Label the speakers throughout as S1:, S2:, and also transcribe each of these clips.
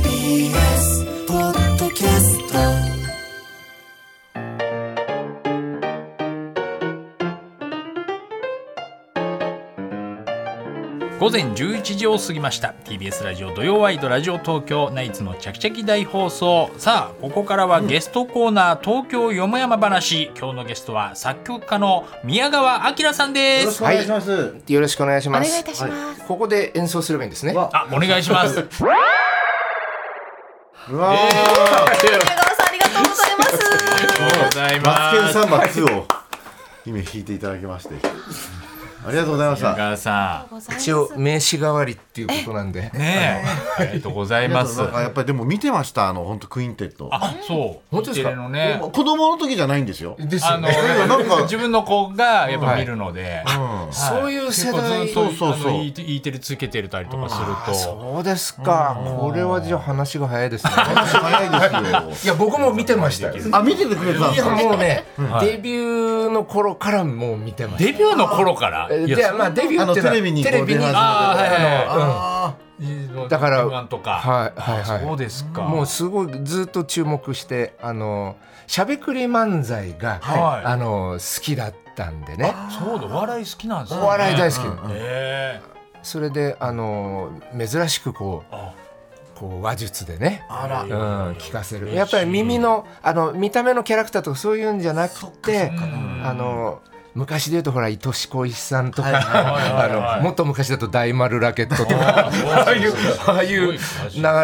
S1: TBS ポッドキャスト
S2: 午前11時を過ぎました TBS ラジオ土曜ワイドラジオ東京ナイツのチャキチャキ大放送さあここからはゲストコーナー、東京よもやま話今日のゲストは作曲家の宮川明さんで
S3: よろし
S2: す
S3: くお願いします。
S4: よろしくお願いし
S5: お
S4: ま
S5: 願
S4: す。
S5: いいたします。
S4: ここで演奏すればいいんですね。
S3: わ
S2: あお願いします
S3: うわー、
S5: 宮川さんありがとうございます。
S2: ござい
S3: マツケン
S2: す
S3: サンバ2を今弾いていただきまして、ありがとうございまし
S2: 宮
S3: た。
S2: 川さ
S4: 一応名刺代わりっていうことなんで
S2: ん。ねえありがとうございます
S3: なんかやっぱりでも見てましたあの本当クインテッド。
S2: あそう
S4: 本当ですか
S2: 日テレのね
S3: 子供の時じゃないんですよ。
S4: です
S2: あ
S4: よ
S2: の
S4: ね。
S3: なんか
S2: 自分の子がやっぱ見るので、
S3: うん
S4: そういう世代
S2: 結構ずっと
S3: そうそうそう
S2: あの E- E テレつけてるたりとかすると、
S4: そうですか。これはじゃあ話が早いですね。
S3: 早いです
S4: い
S3: よ。
S4: や僕も見てましたよ。
S3: あ見ててくれてたん
S4: い
S3: です
S4: や
S3: か。
S4: もうね、デビューの頃からもう見てまし
S2: デビューの頃から
S4: た。え
S2: いや
S4: でまあデビュ
S3: あ
S4: ー
S3: の
S4: って
S3: テ
S4: のは
S3: レビにこ
S4: テ
S3: う出
S4: レビに
S3: 始めて
S2: あーはいはい
S4: あのうん
S3: あ
S4: だから
S2: F1 とか、
S4: はいはいはい
S2: そうですか。
S4: もうすごいずっと注目してあのしゃべくり漫才が、
S2: はい
S4: あの好きだったんでね
S2: そうだ、お笑い好きなんですね。
S4: お笑い大好き、
S2: き。え
S4: それであの珍しくこう
S2: あ
S4: こう話術でね、
S2: あら
S4: うん、聞かせるやっぱり耳のあの見た目のキャラクターとかそういうんじゃなくてあの昔で言うとほら愛しこいしさんとか、
S2: はいはい
S4: あのもっと昔だと大丸ラケットと かああいうああいう流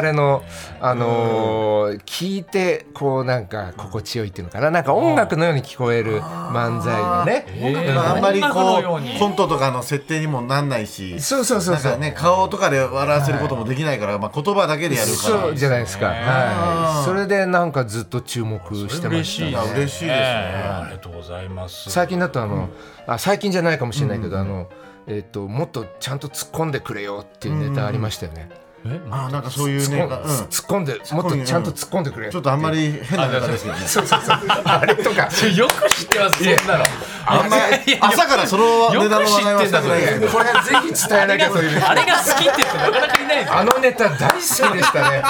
S4: れの、あのー聞いてこうなんか心地よいっていうのかななんか音楽のように聞こえる漫才がね。
S2: え
S3: ーあんまり
S2: 音楽のよ
S3: こ
S2: うに
S3: うコントとかの設定にもなんないし、
S4: そうそうそうそう
S3: なんかね顔とかで笑わせることもできないから、まあ言葉だけでやるから。
S4: そうじゃないですか、はい、それでなんかずっと注目してま
S2: 嬉
S4: し
S2: したい
S4: ね
S2: ね。
S3: 嬉しいですね
S2: ええありがとうございます。
S4: 最近だとあの、あ最近じゃないかもしれないけど、あのえっ、ともっとちゃんと突っ込んでくれよっていうネタありましたよね。
S2: え
S3: あなんかそういうね、
S4: 突っ
S3: う
S4: 込ん
S3: ん
S4: 突っ込んでもっとちゃんと突っ込んでくれ。
S3: ちょっとあんまり変な方ですよね。
S4: あれとか
S2: よく知ってます。そんなの。
S3: あんまり朝からその値段の話題はしたくないですけど。
S4: これはぜひ伝えなきゃという。
S2: あれが好きって人なかなかいないですよ。
S4: あのネタ大好きでしたね。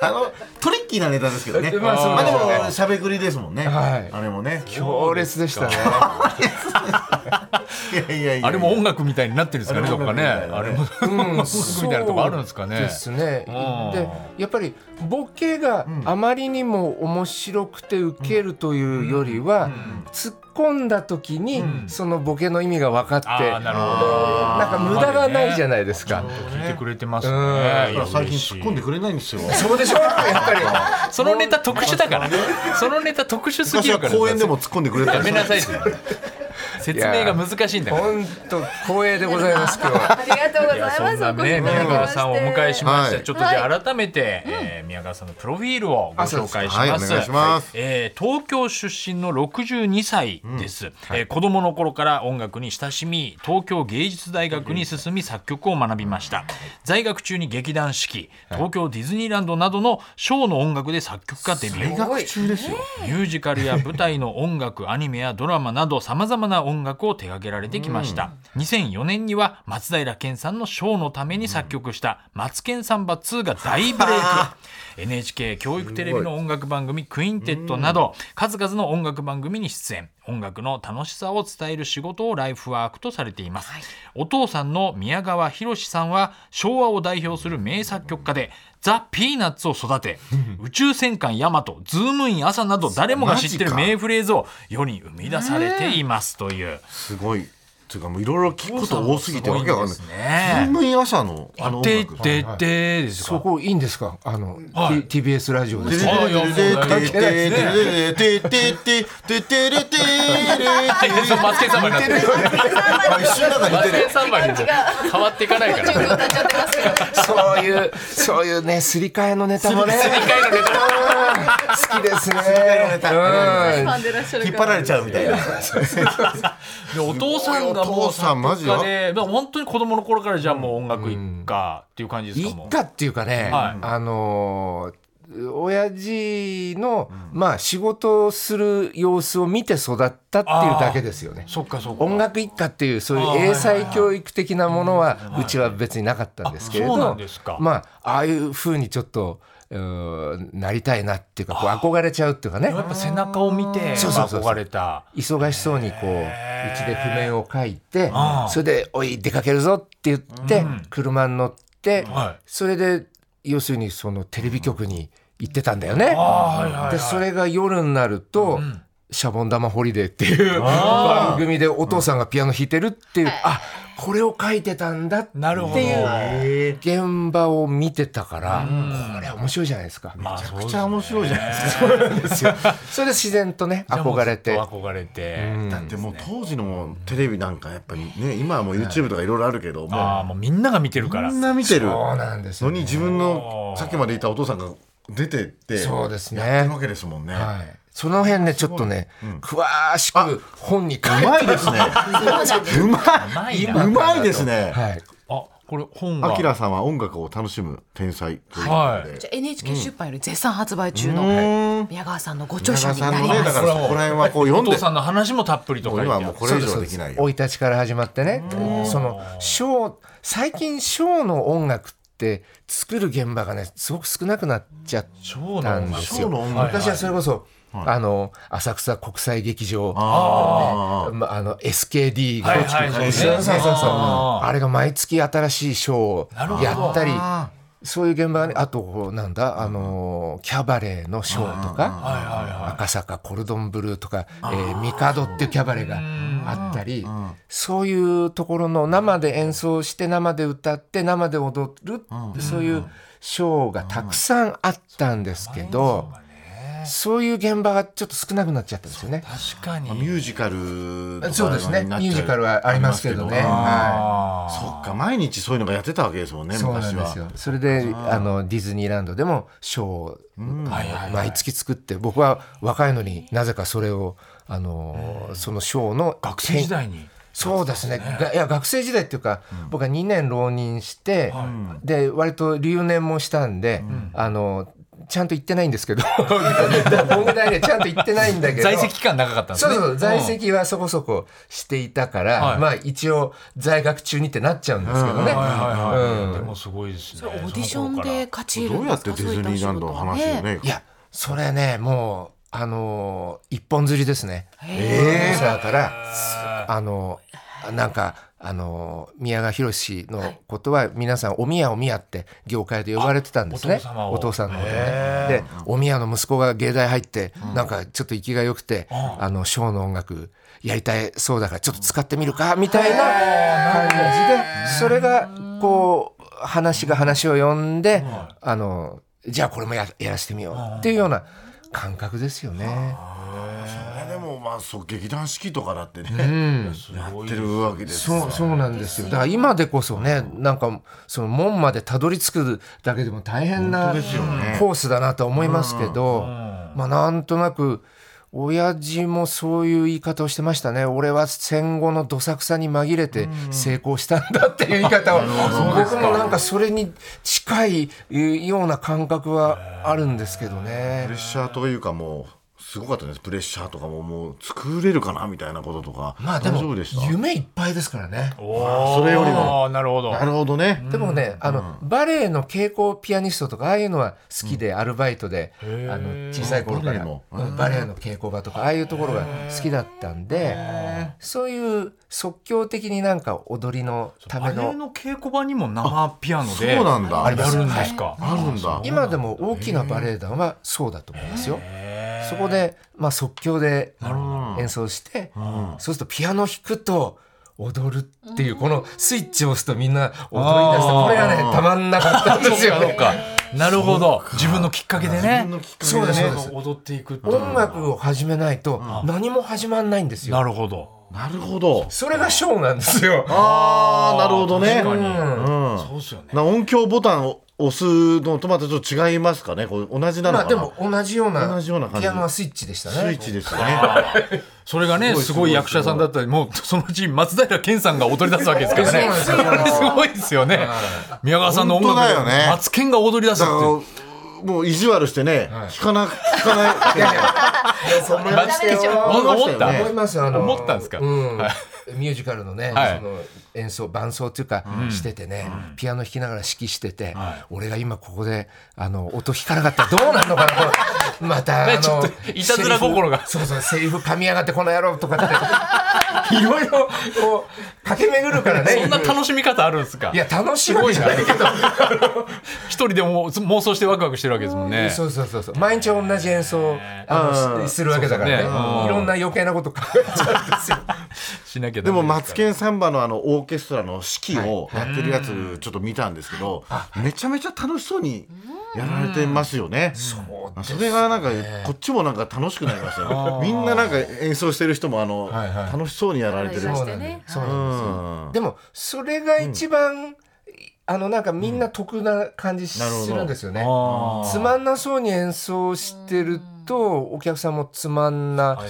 S3: あのトリッキーなネタですけどね。
S4: まあそう
S3: まあで
S4: で
S3: す
S4: ね
S3: もしゃべくりですもんね。
S4: はい
S3: あれもね。
S4: 強烈でしたね。
S3: いやいやいや。
S2: あれも音楽みたいになってるんですかね、
S3: あれ
S2: どっかね。
S3: も音楽
S2: あれも音楽
S3: みたいなね
S2: みたいなとこあるんですかね
S4: で。すね。
S2: うん
S4: で、やっぱりボケがあまりにも面白くて受けるというよりは、突っ込んだ時にそのボケの意味が分かって、
S2: ああ、なるほど。
S4: なんか無駄がないじゃ
S2: い。
S4: ないですか。
S2: 聞いてくれてます
S4: うん
S2: ね。い
S3: だか
S2: や
S3: ら最近突っ込んで
S2: 嬉しい
S3: くれないんですよ。
S4: そうでしょ。やっぱり。
S2: そのネタ特殊だから。そのネタ特殊すぎ
S3: 昔
S2: る
S3: は
S2: から。
S3: 公園でも突っ込んでくれた
S2: や
S3: り
S2: め
S3: した
S2: なさいって。説明が難しいんだから。
S4: 本当光栄でございます今 日は。
S5: ありがとうご
S2: い
S5: ざ
S2: や
S5: い
S2: そ
S5: ます。
S2: んなね
S5: お越しいただきまして
S2: 宮川さんをお迎えしました、
S3: はい
S2: ちょっとじゃあ改めて、えー宮川さんのプロフィールをご紹介します,、
S3: あそうですはいお願いします
S2: えー東京出身の62歳です、えー子供の頃から音楽に親しみ東京芸術大学に進み作曲を学びました在学中に劇団四季東京ディズニーランドなどのショーの音楽で作曲家デビュー
S3: 大学中ですよ。
S2: ミュージカルや舞台の音楽アニメやドラマなどさまざまな音楽を手掛けられてきました、2004年には松平健さんのショーのために作曲した「マツケンサンバ2」が大ブレイク NHK 教育テレビの音楽番組「クインテッド」など数々の音楽番組に出演音楽の楽しさを伝える仕事をライフワークとされています、お父さんの宮川博さんは昭和を代表する名作曲家でザ・ピーナッツを育て宇宙戦艦ヤマトズームイン朝など誰もが知ってる名フレーズを世に生み出されていますという
S3: すごい。というかもういろいろ聞くこと多すぎてわけわかんない
S2: すごいですね
S3: 新聞朝のあの音
S2: で
S3: 楽
S2: ででです
S4: そ
S2: か。
S4: こいいんですかあの、
S2: はい
S4: T- TBS ラジオです
S2: あいやもう関係ないですね。
S6: えそうマツケンサンバになってるマツケンサンバにも変わっていかないから
S5: 曲歌っちゃってますけど。
S4: そういうそういうねすり替えのネタもねすり替えのネタ好きですねうん
S5: ファンでいらっしゃる
S6: 引っ
S5: か
S6: 張
S5: ら。
S6: られちゃうみたいな
S2: でお父さんがもう
S3: お父さんマジ
S2: 作家で、まあ本当に子供の頃からじゃあもう音楽一家っていう感じですかも。
S4: いうっかっていうかね、
S2: はい
S4: あのー親父の、まあ仕事をする様子を見て育ったっていうだけですよね
S2: そっかそっか。
S4: 音楽一家っていうそう
S2: あー
S4: いう英才教育的なものはうちは別になかったんですけれ
S2: あそうな
S4: ど
S2: んですか
S4: まあああいうふうにちょっとうーなりたいなっていうかこう憧れちゃうっていうかね
S2: やっぱ背中を見て
S4: そうそうそうそう
S2: 憧れた。
S4: 忙しそうにこううちで譜面を書いて
S2: あー
S4: それで「おい出かけるぞ」って言って
S2: うん
S4: 車に乗って
S2: はい
S4: それで要するにそのテレビ局に行ってたんだよね。
S2: あーはいはいはい
S4: でそれが夜になると
S2: ん
S4: 「シャボン玉ホリデー」っていう番組でお父さんがピアノ弾いてるっていうあこれを書いてたんだって
S2: なるほど。
S4: いう現場を見てたからこれ面白いじゃないですか。
S2: まあそう
S3: め
S2: で
S3: っ
S2: す
S3: ち
S2: ね
S3: ゃ面白いじゃないですか
S4: それで自然とね憧れて。
S2: 憧れて。
S3: だってもう当時のテレビなんかやっぱりね今はもう YouTube とかいろいろあるけど
S2: あ
S3: も
S2: あもうみんなが見てる
S3: う
S2: から
S3: みん。な見てる
S4: そう
S3: の
S4: なんですよね
S3: に自分のさっきまでいたお父さんが出てって
S4: そうですね
S3: やってるわけですもんね
S4: はい。その辺ね、ちょっとね、詳し
S3: あ
S4: く本に書いて
S3: うまいですねうま
S2: ないいな
S3: うまいですね
S4: はい。
S2: あこれ本
S3: あ
S2: が。
S3: きらさんは音楽を楽しむ天才という
S2: は
S3: こ
S2: い
S3: とで
S5: じゃあ NHK 出版より絶賛発売中
S3: う
S5: の
S3: ーん
S5: 宮川さんのご
S3: 宮
S5: 著書
S3: 川さ
S5: になん
S3: の
S5: り
S3: ねだ
S5: ま
S3: か
S5: す。
S3: らそこら辺はこう読
S2: お
S3: んで
S2: 父さんの話もたっぷりと
S3: も
S2: 書いて
S3: う今
S2: あ
S3: はもう
S2: る。
S3: これ以上できないよ
S4: 生い立ちから始まってね、その、ショー、最近ショーの音楽って作る現場がね、すごく少なくなっちゃっ
S2: ショーの
S4: た
S2: 音
S4: んで
S2: 楽
S4: すよ。
S3: ショーの音楽
S4: 昔はそれこそ、あの、浅草国際劇場、
S3: あ
S4: まあ、あの SKD が、
S2: はいはいはい
S4: そうそうそうそう
S2: あー
S4: あれが毎月新しいショーを
S2: なるほど
S4: やったりそういう現場にあとこうなんだあのーキャバレーのショーとか
S2: はいはいはい。
S4: 赤坂コルドンブルーとかえーミカドっていうキャバレーがあったりそういうところの生で演奏して生で歌って生で踊るそういうショーがたくさんあったんですけどそういう現場がちょっと少なくなっちゃったんですよね。
S2: 確かに。
S3: あミュージカルとか
S4: そうですね
S3: になっちゃ
S4: ミュージカルはありますけどね
S3: ありますけど
S4: はい
S2: あー
S3: そっか毎日そういうのがやってたわけですもんね
S4: そうな
S3: 昔
S4: んで
S3: は
S4: すよそれであのディズニーランドでもショーを
S2: はいはいはい
S4: 毎月作って僕は若いのになぜかそれをあのそのショーの
S2: 学生時代に。
S4: そうですねがいや学生時代っていうか、僕は2年浪人して、で割と留年もしたんで、あのちゃんと行ってないんですけど 音楽大にはちゃんと行ってないんだけど
S2: 在籍期間長かったんです
S4: そう
S2: ね。
S4: そう在籍はそこそこしていたから、
S2: はい
S4: まあ一応在学中にってなっちゃうんですけど
S2: うん。は
S4: ね。
S2: いはいはい。
S4: うん
S2: でもすごいですね。
S5: オーディションで勝ち得
S3: ど
S5: るん
S3: う
S5: で
S3: や
S5: す
S3: っ
S5: か
S3: てディズニーランドの話を。ね
S4: いや、それね、もう、あのー一本釣りですね。
S5: へ
S4: ー、だから、あのーなんか、あのー宮川博士のことは、皆さん、お宮お宮って業界で呼ばれてたんです
S2: あお
S4: ね。
S2: 父様を
S4: お父さんのことね。
S2: へー
S4: で、お宮の息子が芸大入って、なんかちょっと息が良くて、あの、ショーの音楽やりたいそうだから、ちょっと使ってみるか、みたいな感じで、それが、こう、話が話を呼んで、あの、じゃあこれもややらせてみようっていうような感覚ですよね。
S3: それでもまあそう劇団四季とかだってね、
S4: うん。
S3: やってるわけですよ
S4: そう、そうなんですよ。だから今でこそね、なんか、その門までたどり着くだけでも大変な
S3: 本当ですよね
S4: コースだなとは思いますけど、まあなんとなく、親父もそういう言い方をしてましたね。俺は戦後のどさくさに紛れて成功したんだっていう言い方を、僕もなんかそれに近いえーような感覚はあるんですけどね
S3: プレッ。シャーというかもうすごかったですプレッシャーとかももう作れるかなみたいなこととか、
S4: まあで
S3: 大丈
S4: も
S3: 夫でした
S4: 夢いっぱいですからね。
S2: おー
S3: それよりも。
S2: なるほど。
S3: なるほどね
S4: でもね、あのバレエの稽古ピアニストとかああいうのは好きで、アルバイトであの小さい頃か
S3: バレ
S4: ら
S3: エの
S4: うんバレエの稽古場とかああいうところが好きだったんでそういう即興的になんか踊りのた
S2: あ
S4: め
S2: れ
S4: の
S2: の稽古場にも生ピアノで。
S3: そうなんだ
S2: やるんですか。
S3: あるんだ
S4: 今でも大きなバレエ団はそうだと思いますよ。そこで、まあ、即興で演奏して、そうするとピアノ弾くと踊るっていうこのスイッチを押すとみんな踊り出してこれがねたまんなかったんです よ
S2: そっかなるほど自分のきっかけでね
S4: そうですね
S2: 踊っていくっていう
S4: 音楽を始めないと何も始まんないんですよ
S2: なるほど
S3: なるほど
S4: それがショーなんですよ
S3: ああなるほどね
S2: 確かに
S3: うん
S2: そうですよね
S3: な音響ボタンを押すのとまたちょっと違いますかねこれ同じなの
S4: ま
S3: か
S4: あ
S3: な
S4: でも同じような
S3: 同じような感じ
S4: ピアノはスイッチでした
S3: スイ
S4: ね
S3: ッチですよね
S2: それがねすごい役者さんだったりもうそのうち松平健さんが踊り出すわけですからね
S4: そうなんですよ
S2: すごいですよね宮川さんの音楽
S3: 本当だよ
S2: で
S3: ね
S2: 松健が踊り出すって
S3: だか
S2: いう
S3: らもう意地悪してね聞かな聞かない
S5: ダメでしょ
S2: 思思っ
S3: ダメ
S2: た
S3: でしょ
S4: 思いますあの
S2: 思ったんですか
S4: うん
S2: はい
S4: ミュージカルのね、
S2: はい
S4: その演奏伴奏っていうか、しててね、ピアノ弾きながら指揮してて、俺が今ここであの音弾かなかったらどうなんのかなこれまた、あ
S2: ね
S4: の
S2: ちょっといたずら心が
S4: セリフそうそうセリフ噛みやがってこの野郎とかって いろいろこう駆け巡るからね
S2: そんな楽しみ方あるんですか
S4: いや楽しいわけじゃないけど
S2: 一人でも妄想してワクワクしてるわけですもんね
S4: そうそうそうそう毎日同じ演奏をあの
S3: うん
S4: すするわけだからね
S2: そうそうねうん
S4: いろんな余計なこと考えちゃうんです よ
S2: しなきゃダ
S3: で
S2: メ
S3: も
S2: すから
S3: マツケンサンバのあのオーケストラの指揮をやってるやつちょっと見たんですけどめちゃめちゃ楽しそうにやられてますよね
S4: そう
S3: それがなんかこっちもなんか楽しくなりましたよみんななんか演奏してる人もあの
S4: はいはい
S3: 楽しそうにやられてる
S5: は
S4: そうなんだよそうなんですよでもそれが一番、あのなんかみんな得な感じす
S3: なるほど
S4: るんですよね。
S2: あー
S4: つまんなそうに演奏してるとお客さんもつまんな
S2: はいはい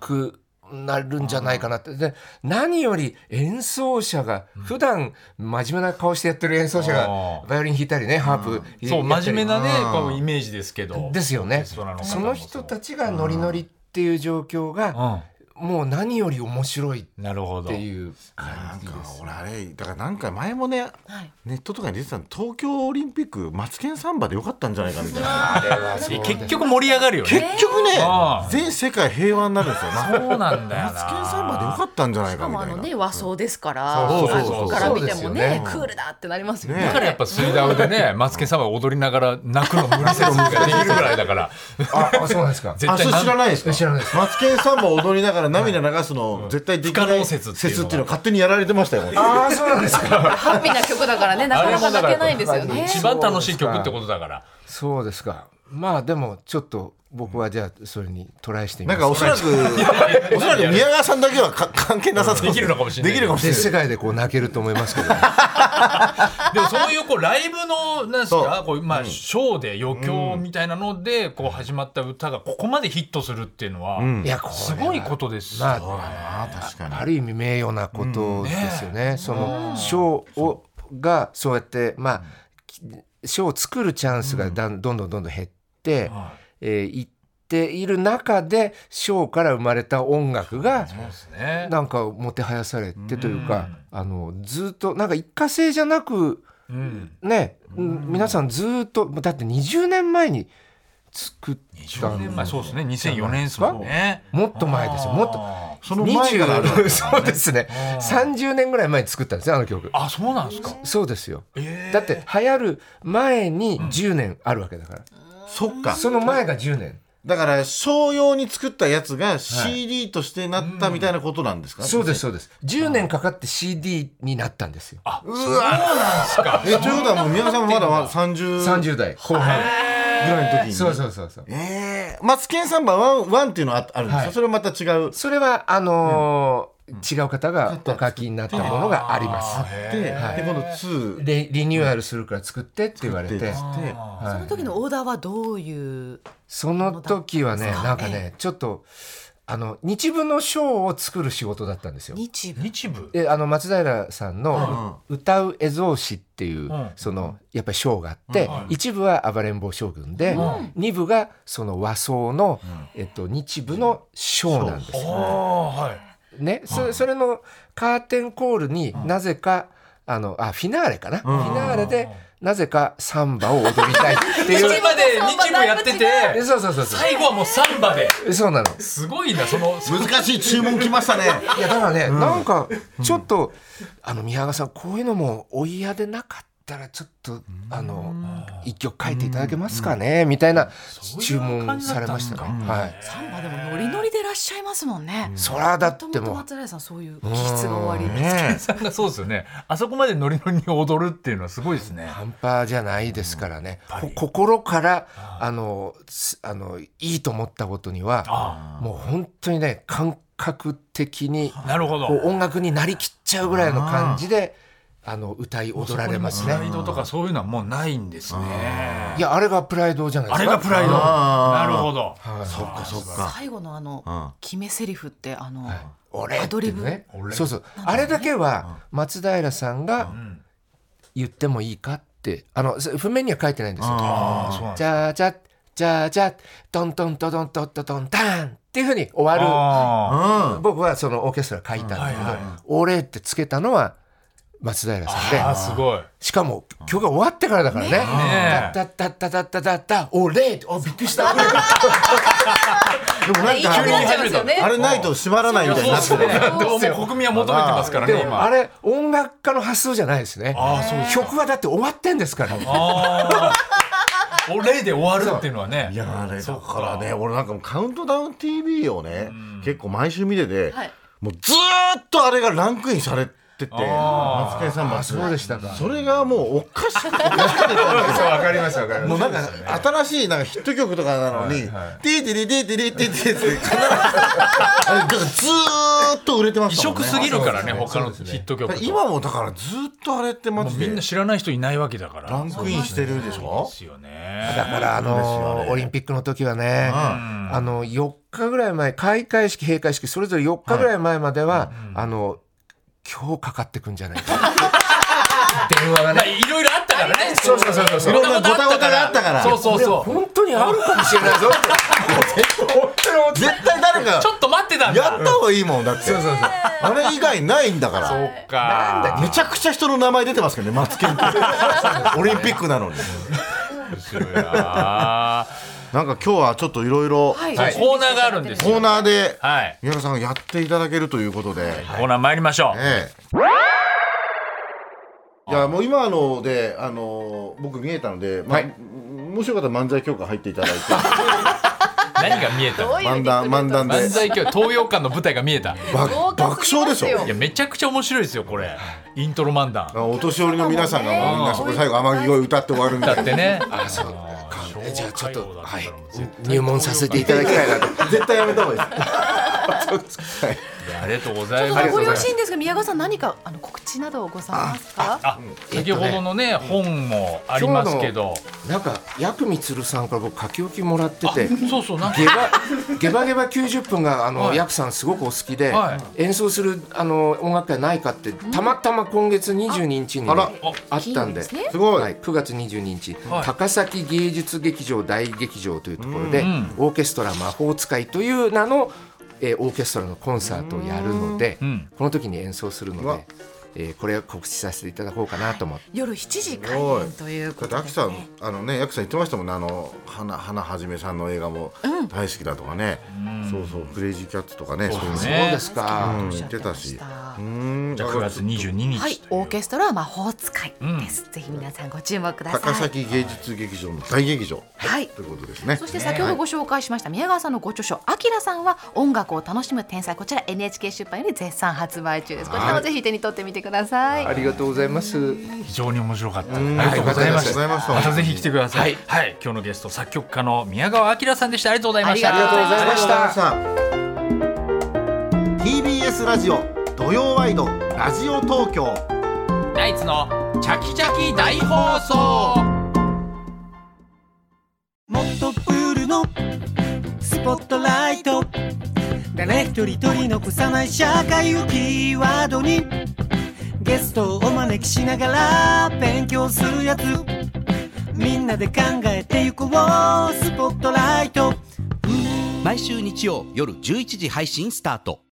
S4: くなるんじゃないかなって。で何より演奏者が普段真面目な顔してやってる演奏者
S2: あ
S4: が
S2: ー
S4: バイオリン弾いたりねハープ弾いたり
S2: そう真面目なね
S3: うん
S2: こうイメージですけど
S4: ですよね。
S2: レストラン方も
S4: その人たちがノリノリっていう状況が
S2: う
S4: もう何より面白いっ
S2: んなるほど
S4: ていう
S3: な
S4: 感
S3: ん
S4: じ
S3: か
S4: です。
S3: 俺あれだからなんか前もね
S5: はい
S3: ネットとかに出てたの東京オリンピックマツケンサンバでよかったんじゃないかみたいな
S4: あれはそう
S2: え結局盛り上がるよ
S3: 結
S2: ね
S3: 局ね
S2: あー
S3: 全世界平和になるんですよな
S2: そうなんだよな
S3: マツケンサンバでよかったんじゃない
S5: し
S3: か
S5: か
S3: み
S5: もあ
S3: た
S5: の
S3: いな
S5: ね和装ですから
S3: そうそうそう
S5: 外から見て
S4: そ
S5: も
S4: うですよ
S5: ね
S4: ね
S5: クールだってなりますよね
S3: ね
S2: だからやっぱ水ダウでね、マツケンさんは踊りながら泣くの無理せずができるぐらいだから、
S4: ああそうなんですか。
S2: 絶
S3: あそ
S2: 対
S3: れ知ら
S2: な
S3: ないですか
S4: 知らないです
S3: マツケンサンバ踊りながら涙流すの絶対で
S2: 不
S3: き
S2: 可
S3: ない
S2: 能説っていうのが
S3: 説っていうのを勝手にやられてましたよ
S4: ああそうなんですか。
S5: ハッピーな曲だからねなかなか泣けないんですよ
S4: あれもだから
S5: ね
S2: 一番楽しい曲ってことだから。
S4: そうですか。まあでもちょっと僕はじゃあそれにトライしてみ
S3: な
S4: ま
S3: ん
S4: す。
S3: かおそらくおそらく宮川さんだけはか関係なさそう
S2: できるのかもしれない
S3: できるかもしれ
S4: 全
S3: ない
S4: 世界でこう泣けると思いますけど、ね、
S2: でもそういうこうライブのなんです
S3: そ
S2: か
S3: う、
S2: こうまあショーで余興みたいなのでこう始まった歌がここまでヒットするっていうのは
S4: やこれは
S2: すごいことです。
S4: まあ
S3: ああ確かに
S4: ある意味名誉なことですよね。その賞をがそうやってまあき賞を作るチャンスがだんどんどんどんどん減って、
S2: は
S4: えーいっている中で賞から生まれた音楽が
S2: いそうですね。
S4: なんかもてはやされてというか、あのずっとなんか一過性じゃなく
S2: うん。
S4: ね、皆さんずーっとだって20年前に作った
S2: 20年前そうですね。2004年です
S4: か
S2: もんね。
S4: もっと前ですよもっと
S2: あ
S3: その前からある
S4: そうですね30年ぐらい前に作ったんですよあの曲
S2: ーあ、そうなんですか。
S4: そうですよ
S2: ええ
S4: だって流行る前に10年あるわけだから、
S3: そっか
S4: その前が10年
S3: だから商用に作ったやつが CD としてなったみたいなことなんですか、
S4: そうですそうです10年かかって CD になったんですよ
S3: えということはもう宮川さんもまだまだ30
S4: 30代後半
S3: ぐらいの時に
S4: そうそうそうそう
S3: えー、マツケンサンバワンワンっていうのはああるんですか、
S4: はい
S3: それはまた違う
S4: それはあのー違う方がお書きになったものがあります
S3: で,、
S4: はい
S3: で今度2
S4: リリニューアルするから作ってって言われて、
S3: でして
S4: はい
S5: その時のオーダーはどういう
S4: その時はね、なんかね、ちょっと、あの、日舞のショーを作る仕事だったんですよ。
S5: 日舞
S2: 日舞。
S4: で、あの、松平さんの、歌う絵像師っていう、
S2: ん
S4: その、やっぱりショーがあって、一部は暴れん坊将軍で、二部がその和装の、えっと、日舞のショーなんですよ。
S2: ああはい。
S4: ね、そそれのカーテンコールになぜか、あのあフィナーレかな、フィナーレでなぜかサンバを踊りたいって い
S2: そうれまで日舞やって
S4: え
S2: て、
S4: そうそうそうそ
S2: 最後はもうサンバで。
S4: うそうなの
S2: すごいな、その。
S3: 難しい注文来ましたね
S4: いやだからね、なんかちょっと、あの宮川さんこういうのもお嫌でなかっったらちょっとあの一曲書いていただけますかねみたいな注文されましたね。はい。
S5: サンバでもノリノリでらっしゃいますもんね。
S4: そらだ
S5: も
S4: っ
S5: と
S4: て
S5: もと
S4: もう
S5: 松平さんそういう気質が終わり。
S3: ね
S2: さんがそうですよねあそこまでノリノリに踊るっていうのはすごいですね
S4: 半端じゃないですからね。こ心からあのすあのいいと思ったことにはもう本当にね感覚的に
S2: なるほど
S4: こう音楽になりきっちゃうぐらいの感じであの歌い踊られますね
S2: プラ。イドとかそういうのはもうないんですね
S4: いやあれがプライドじゃないで
S2: あ
S4: す
S2: れ
S4: か。
S2: がプライドな
S3: あー
S2: るほど
S4: はい
S3: そっかそっか
S5: 最後のあの、
S3: うん
S5: 決め台詞ってあの、
S4: 俺
S5: アドリブ
S4: ってねそうそうあれだけは松平さんが言ってもいいかってあのそ譜面には書いてないんですよ
S2: ああそうなん
S4: じ
S2: だ
S4: ゃあじゃあじゃあじゃあトントントドントットトンタンっていうふうに終わ
S2: あ
S3: うん
S4: る僕はそのオーケストラ書いたんだけど「俺」ってつけたのは松平さんで
S2: ーあーすごい
S4: しかも曲が終わってからだからね
S2: ね
S4: 「タッタッタッタッタッタッタ俺」あびっくりした
S3: でもなん
S5: いい曲になっちゃい
S3: か
S5: ますよね。
S3: あれないと閉まらないみたいになってる
S2: どうも国民は求めてますから
S4: で
S2: ね
S4: もあ
S2: 今
S4: れ音楽家の発想じゃないですね
S2: あーそう
S4: 曲はだって終わってんですから
S2: あーお礼で終わるっていうのはね
S3: いやあれ
S2: そ
S3: だ
S2: っ
S3: からね俺なんかもうカウントダウン TV をね結構毎週見てて
S5: はい
S3: もうずーっとあれがランクインされてて
S2: あ
S3: マツケンサンバ
S4: あそうでしたか
S3: それがもうおかしくおかしくて
S4: そうわかりますわかり
S3: も
S4: ま
S3: うなんか新しいなんかヒット曲とかなのに「ティーティリティーティリティーティーティー」って必ずあれだからずーっと売れてま
S2: 異
S3: したもんね
S2: 色すぎるからね
S4: そうです
S2: 他
S4: ね
S2: のヒット曲と
S3: 今もだからずーっとあれってマ
S2: もう
S3: ジ
S2: みん
S3: で
S2: な知らない人いないわけだから
S3: ランクインしてるでしょ
S2: ですよね
S4: だからあのオリンピックの時はねあの4日ぐらい前開会式閉会式それぞれ4日ぐらい前まではあの今日かかってくんじゃないか電話が
S2: まあ
S4: ね
S2: いろいろあったから ね
S4: そうそうそうそう
S3: いろんなごたごたがあったから
S2: そうそうそう
S4: 本当にあるかもしれないぞって
S3: 絶対誰か
S2: ちょっと待ってたんだ
S3: やった方がいいもんだって
S4: そうそうそう
S3: あれ以外ないんだから
S2: そっか
S3: めちゃくちゃ人の名前出てますけどねマツケンってオリンピックなのに
S2: 面白いな
S3: なんか今日はちょっといろいろ
S5: はい
S2: そうコーナーがあるんです
S3: コ
S2: よ
S3: ーナーで
S2: はい
S3: 三浦さんがやっていただけるということで、
S2: コーナー参りましょう
S3: ええいやもう今のであの僕見えたので、まあもしよかったら漫才協会入っていただいて
S2: 何が見えた
S5: どういう
S3: 漫談漫談で
S2: 漫才協会東洋館の舞台が見えたい
S3: ば
S5: 豪華
S3: 爆
S5: すぎ
S3: 笑
S5: ま
S3: ですし
S5: よ
S3: ょ
S2: やめちゃくちゃ面白いですよこれイントロ漫談
S3: お年寄りの皆さんがもうみんなそこで最後天城越え歌って終わるみたい
S2: だっ
S3: な
S2: てね
S4: そう
S2: そう
S4: じゃあちょっとはい
S2: そう
S4: 入門させていただきたいなと
S3: 絶対やめた方がいいです
S2: いやありがとうございます
S5: おご用心ですが宮川さん何かあの告知などございますか？
S2: あ先ほどのね本もありますけど
S4: なんか八雲充さんから僕書き置きもらってて
S2: そうそうなんか
S4: ゲバゲバゲバ90分があの、
S2: はい
S4: ヤクさんすごくお好きで、
S2: は
S4: 演奏するあの音楽会ないかってたまたま今月22日にね、
S3: あら
S4: あったんで。
S5: ですね
S3: すごい、
S4: はい、9月22日、
S2: はい
S4: 高崎芸術劇場大劇場というところで、オーケストラ魔法使いという名の、えーオーケストラのコンサートをやるので、
S2: ん
S4: この時に演奏するの
S3: うわ
S4: で、えーこれを告知させていただこうかなと思って
S5: 夜7時開
S3: おい
S5: 演というこ
S3: だって
S5: と
S3: ア
S5: で
S3: キさんあのねヤクさん言ってましたもんねあの花花はじめさんの映画も大好きだとかね、そうそうクレイジーキャッツとかねそういうの
S4: そう
S2: ね
S4: ですか、
S3: うん
S5: おっし
S3: 言
S5: ゃ
S3: っ
S5: っ
S3: て
S5: てま
S3: た
S5: し
S3: したうーん
S2: じゃあ9月22
S5: は
S2: 日
S5: い、オーケストラは魔法使いです。ぜひ皆さんご注目ください。
S3: 高崎芸術劇場の大劇場、
S5: はい
S3: ということですね
S5: そして先ほどご紹介しました宮川さんのご著書「あきらさんは音楽を楽しむ天才」こちら NHK 出版より絶賛発売中ですこちらもぜひ手に取ってみてください
S4: ありがとうございます。
S2: 非常に面白かったあ
S3: う
S2: り
S3: ん
S2: がとうございました
S3: ありがとうございました
S2: またぜひ来てくださいはい今日のゲスト作曲家の宮川明さんでしたありがとうございました
S5: ありがとうございました
S3: ありがとうございました TBS ラジオ土曜ワイドラジオ東京
S2: ナイツのチャキチャキ大放送
S1: もっとプールのスポットライト誰一人取り残さない社会をキーワードにゲストをお招きしながら勉強するやつみんなで考えてゆこうスポットライト
S7: 毎週日曜夜11時配信スタート